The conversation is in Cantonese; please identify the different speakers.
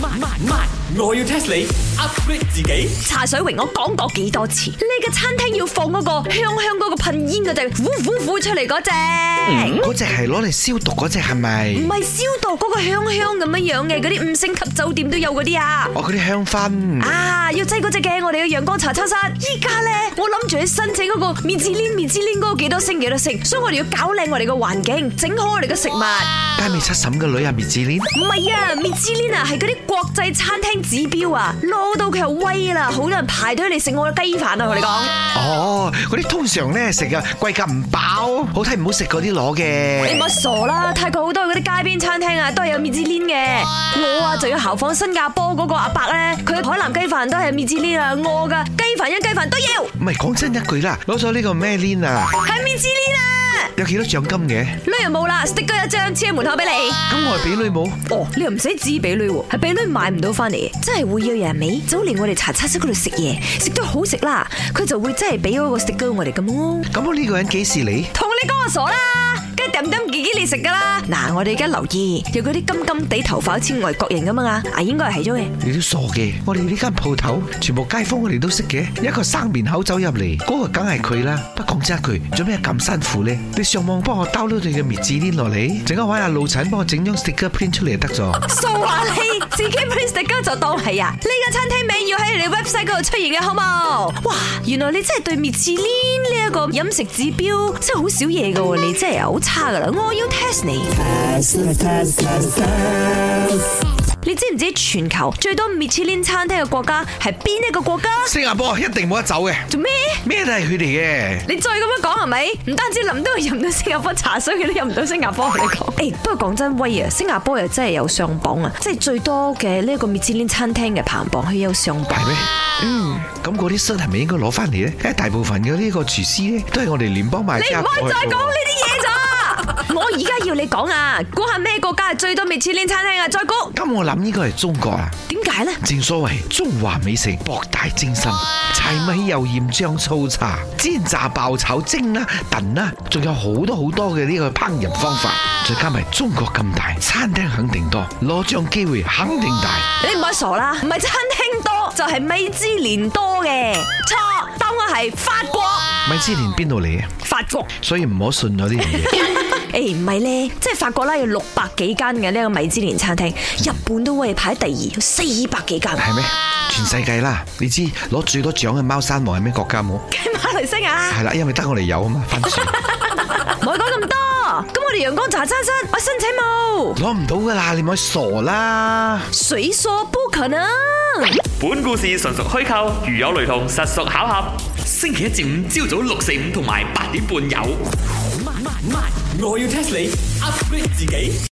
Speaker 1: 慢慢，我要 test 你 upgrade 自己。
Speaker 2: 茶水榮，我講過幾多次，你嘅餐廳要放嗰個香香嗰個噴煙嗰隻，呼呼呼出嚟嗰隻，
Speaker 3: 嗰只係攞嚟消毒嗰只係咪
Speaker 2: 唔？係消毒嗰個香香咁樣樣嘅，嗰啲五星級酒店都有嗰啲啊。
Speaker 3: 哦，嗰啲香薰。
Speaker 2: 啊，要擠嗰隻嘅，我哋嘅陽光茶餐室。依家咧，我諗住去申請嗰個面子鏈面子鏈嗰個幾多星幾多星，所以我哋要搞靚我哋嘅環境，整好我哋嘅食物。
Speaker 3: 街尾七嬸嘅女啊，滅子蓮。
Speaker 2: 唔係啊，面子鏈啊，係嗰啲國際餐廳指標啊，攞到佢係威啦，好多人排隊嚟食我嘅雞飯啊，同你講。
Speaker 3: 哦，嗰啲通常咧食啊貴價唔飽，好睇唔好食嗰啲攞
Speaker 2: 你唔
Speaker 3: 嘅
Speaker 2: 好。傻啦！泰國好多嗰啲街邊餐廳啊，都係有面子鏈嘅。我啊就要效仿新加坡嗰個阿伯咧，佢海南雞飯都係面子鏈啊，我噶雞飯一雞飯都要，
Speaker 3: 唔係講真一句啦，攞咗呢個咩鏈啊，
Speaker 2: 係面子鏈啊！
Speaker 3: 有幾多獎金嘅？
Speaker 2: 女人冇啦，sticker 一張黐喺門口俾你。
Speaker 3: 咁我係俾女冇。
Speaker 2: 哦，你又唔使指俾女喎，係俾女買唔到翻嚟嘅，真係會有人尾走嚟我哋茶餐室嗰度食嘢，食到好食啦，佢就會真係俾嗰個 sticker 我哋咁咯。
Speaker 3: 咁我呢個人幾時嚟？
Speaker 2: 同你講我傻啦，梗係抌抌自己你食噶啦。嗱，我哋而家留意，有嗰啲金金地頭髮好似外國人咁啊，啊應該係咗嘅。
Speaker 3: 你都傻嘅，我哋呢間鋪頭全部街坊我哋都識嘅，一個生面口走入嚟，嗰、個梗係佢啦。不過講真一句，做咩咁辛苦呢？你上網幫我 download 你嘅滅子鏈落嚟，陣間揾下老陳幫我整張 sticker print 出嚟就得咗。
Speaker 2: 數下你自己 print sticker 就當係啊！呢間餐廳名要喺你 website 嗰度出現嘅好冇？哇！原來你真係對米芝蓮呢一個飲食指標真係好少嘢噶喎，你真係好差噶啦！我要 test 你。你知唔知全球最多米芝蓮餐廳嘅國家係邊一個國家？
Speaker 3: 新加坡一定冇得走嘅，
Speaker 2: 做咩？
Speaker 3: 咩都係佢哋嘅。
Speaker 2: 你再咁樣講係咪？唔單止林都入唔到新加坡茶水，佢都入唔到新加坡。你 講，誒，不過講真威啊，新加坡又真係有上榜啊，即係最多嘅呢一個米芝蓮餐廳嘅排行榜，佢有上榜。
Speaker 3: 係咩？嗯，咁嗰啲箱係咪應該攞翻嚟呢？因為大部分嘅呢個廚師呢，都係我哋聯邦賣
Speaker 2: 你
Speaker 3: 家
Speaker 2: 唔可以
Speaker 3: 過去
Speaker 2: 再
Speaker 3: 嘅
Speaker 2: 講呢啲嘢 咋？我而家要你講啊，估下咩國家係最多米芝蓮餐廳啊？再估，
Speaker 3: 咁我諗應該係中國啊！
Speaker 2: 點解呢？
Speaker 3: 正所謂中華美食博大精深，柴米油鹽醬醋茶，煎炸爆炒蒸啦、燉啦，仲有好多好多嘅呢個烹飪方法。再加埋中國咁大，餐廳肯定多，攞獎機會肯定大。
Speaker 2: 你唔好傻啦，唔係餐廳多就係米芝蓮多嘅，錯，當我係法國，
Speaker 3: 米芝蓮邊度嚟啊？
Speaker 2: 法國。
Speaker 3: 所以唔好信咗呢樣嘢。
Speaker 2: 誒唔係咧，即係法國啦，有六百幾間嘅呢個米芝蓮餐廳，日本都會排第二，有四百幾 間。
Speaker 3: 係咩？全世界啦，你知攞最多獎嘅貓山王係咩國家冇？
Speaker 2: 梗係馬來西亞 啦，
Speaker 3: 係啦，因為得我哋有啊嘛，番薯
Speaker 2: 唔好講咁多。咁我哋陽光茶餐室，我申請冇，
Speaker 3: 攞唔到噶啦，你咪傻啦！
Speaker 2: 水所不可能。
Speaker 4: 本故事純屬虛構，如有雷同，實屬巧合。星期一至五朝早六四五同埋八點半有。
Speaker 1: 慢慢，我要 test 你 upgrade 自己。